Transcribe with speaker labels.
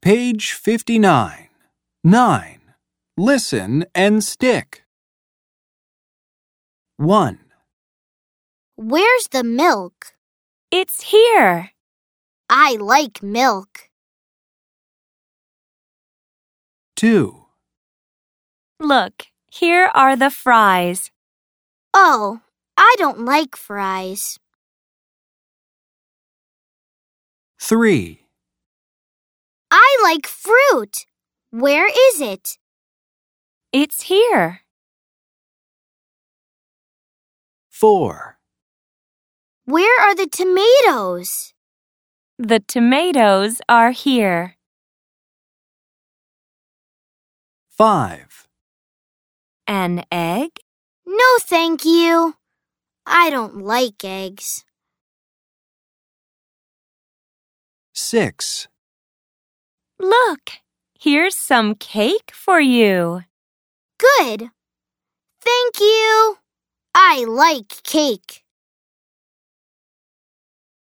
Speaker 1: Page 59. 9. Listen and stick. 1,
Speaker 2: Where's the milk?
Speaker 3: It's here.
Speaker 2: I like milk.
Speaker 1: 2,
Speaker 3: Look, here are the fries.
Speaker 2: Oh, I don't like fries.
Speaker 1: 3,
Speaker 2: I like fruit. Where is it?
Speaker 3: It's here.
Speaker 1: 4,
Speaker 2: Where are the tomatoes?
Speaker 3: The tomatoes are here.
Speaker 1: 5,
Speaker 3: An egg?
Speaker 2: No, thank you. I don't like eggs.
Speaker 1: 6,
Speaker 3: Look, here's some cake for you.
Speaker 2: Good. Thank you. I like cake.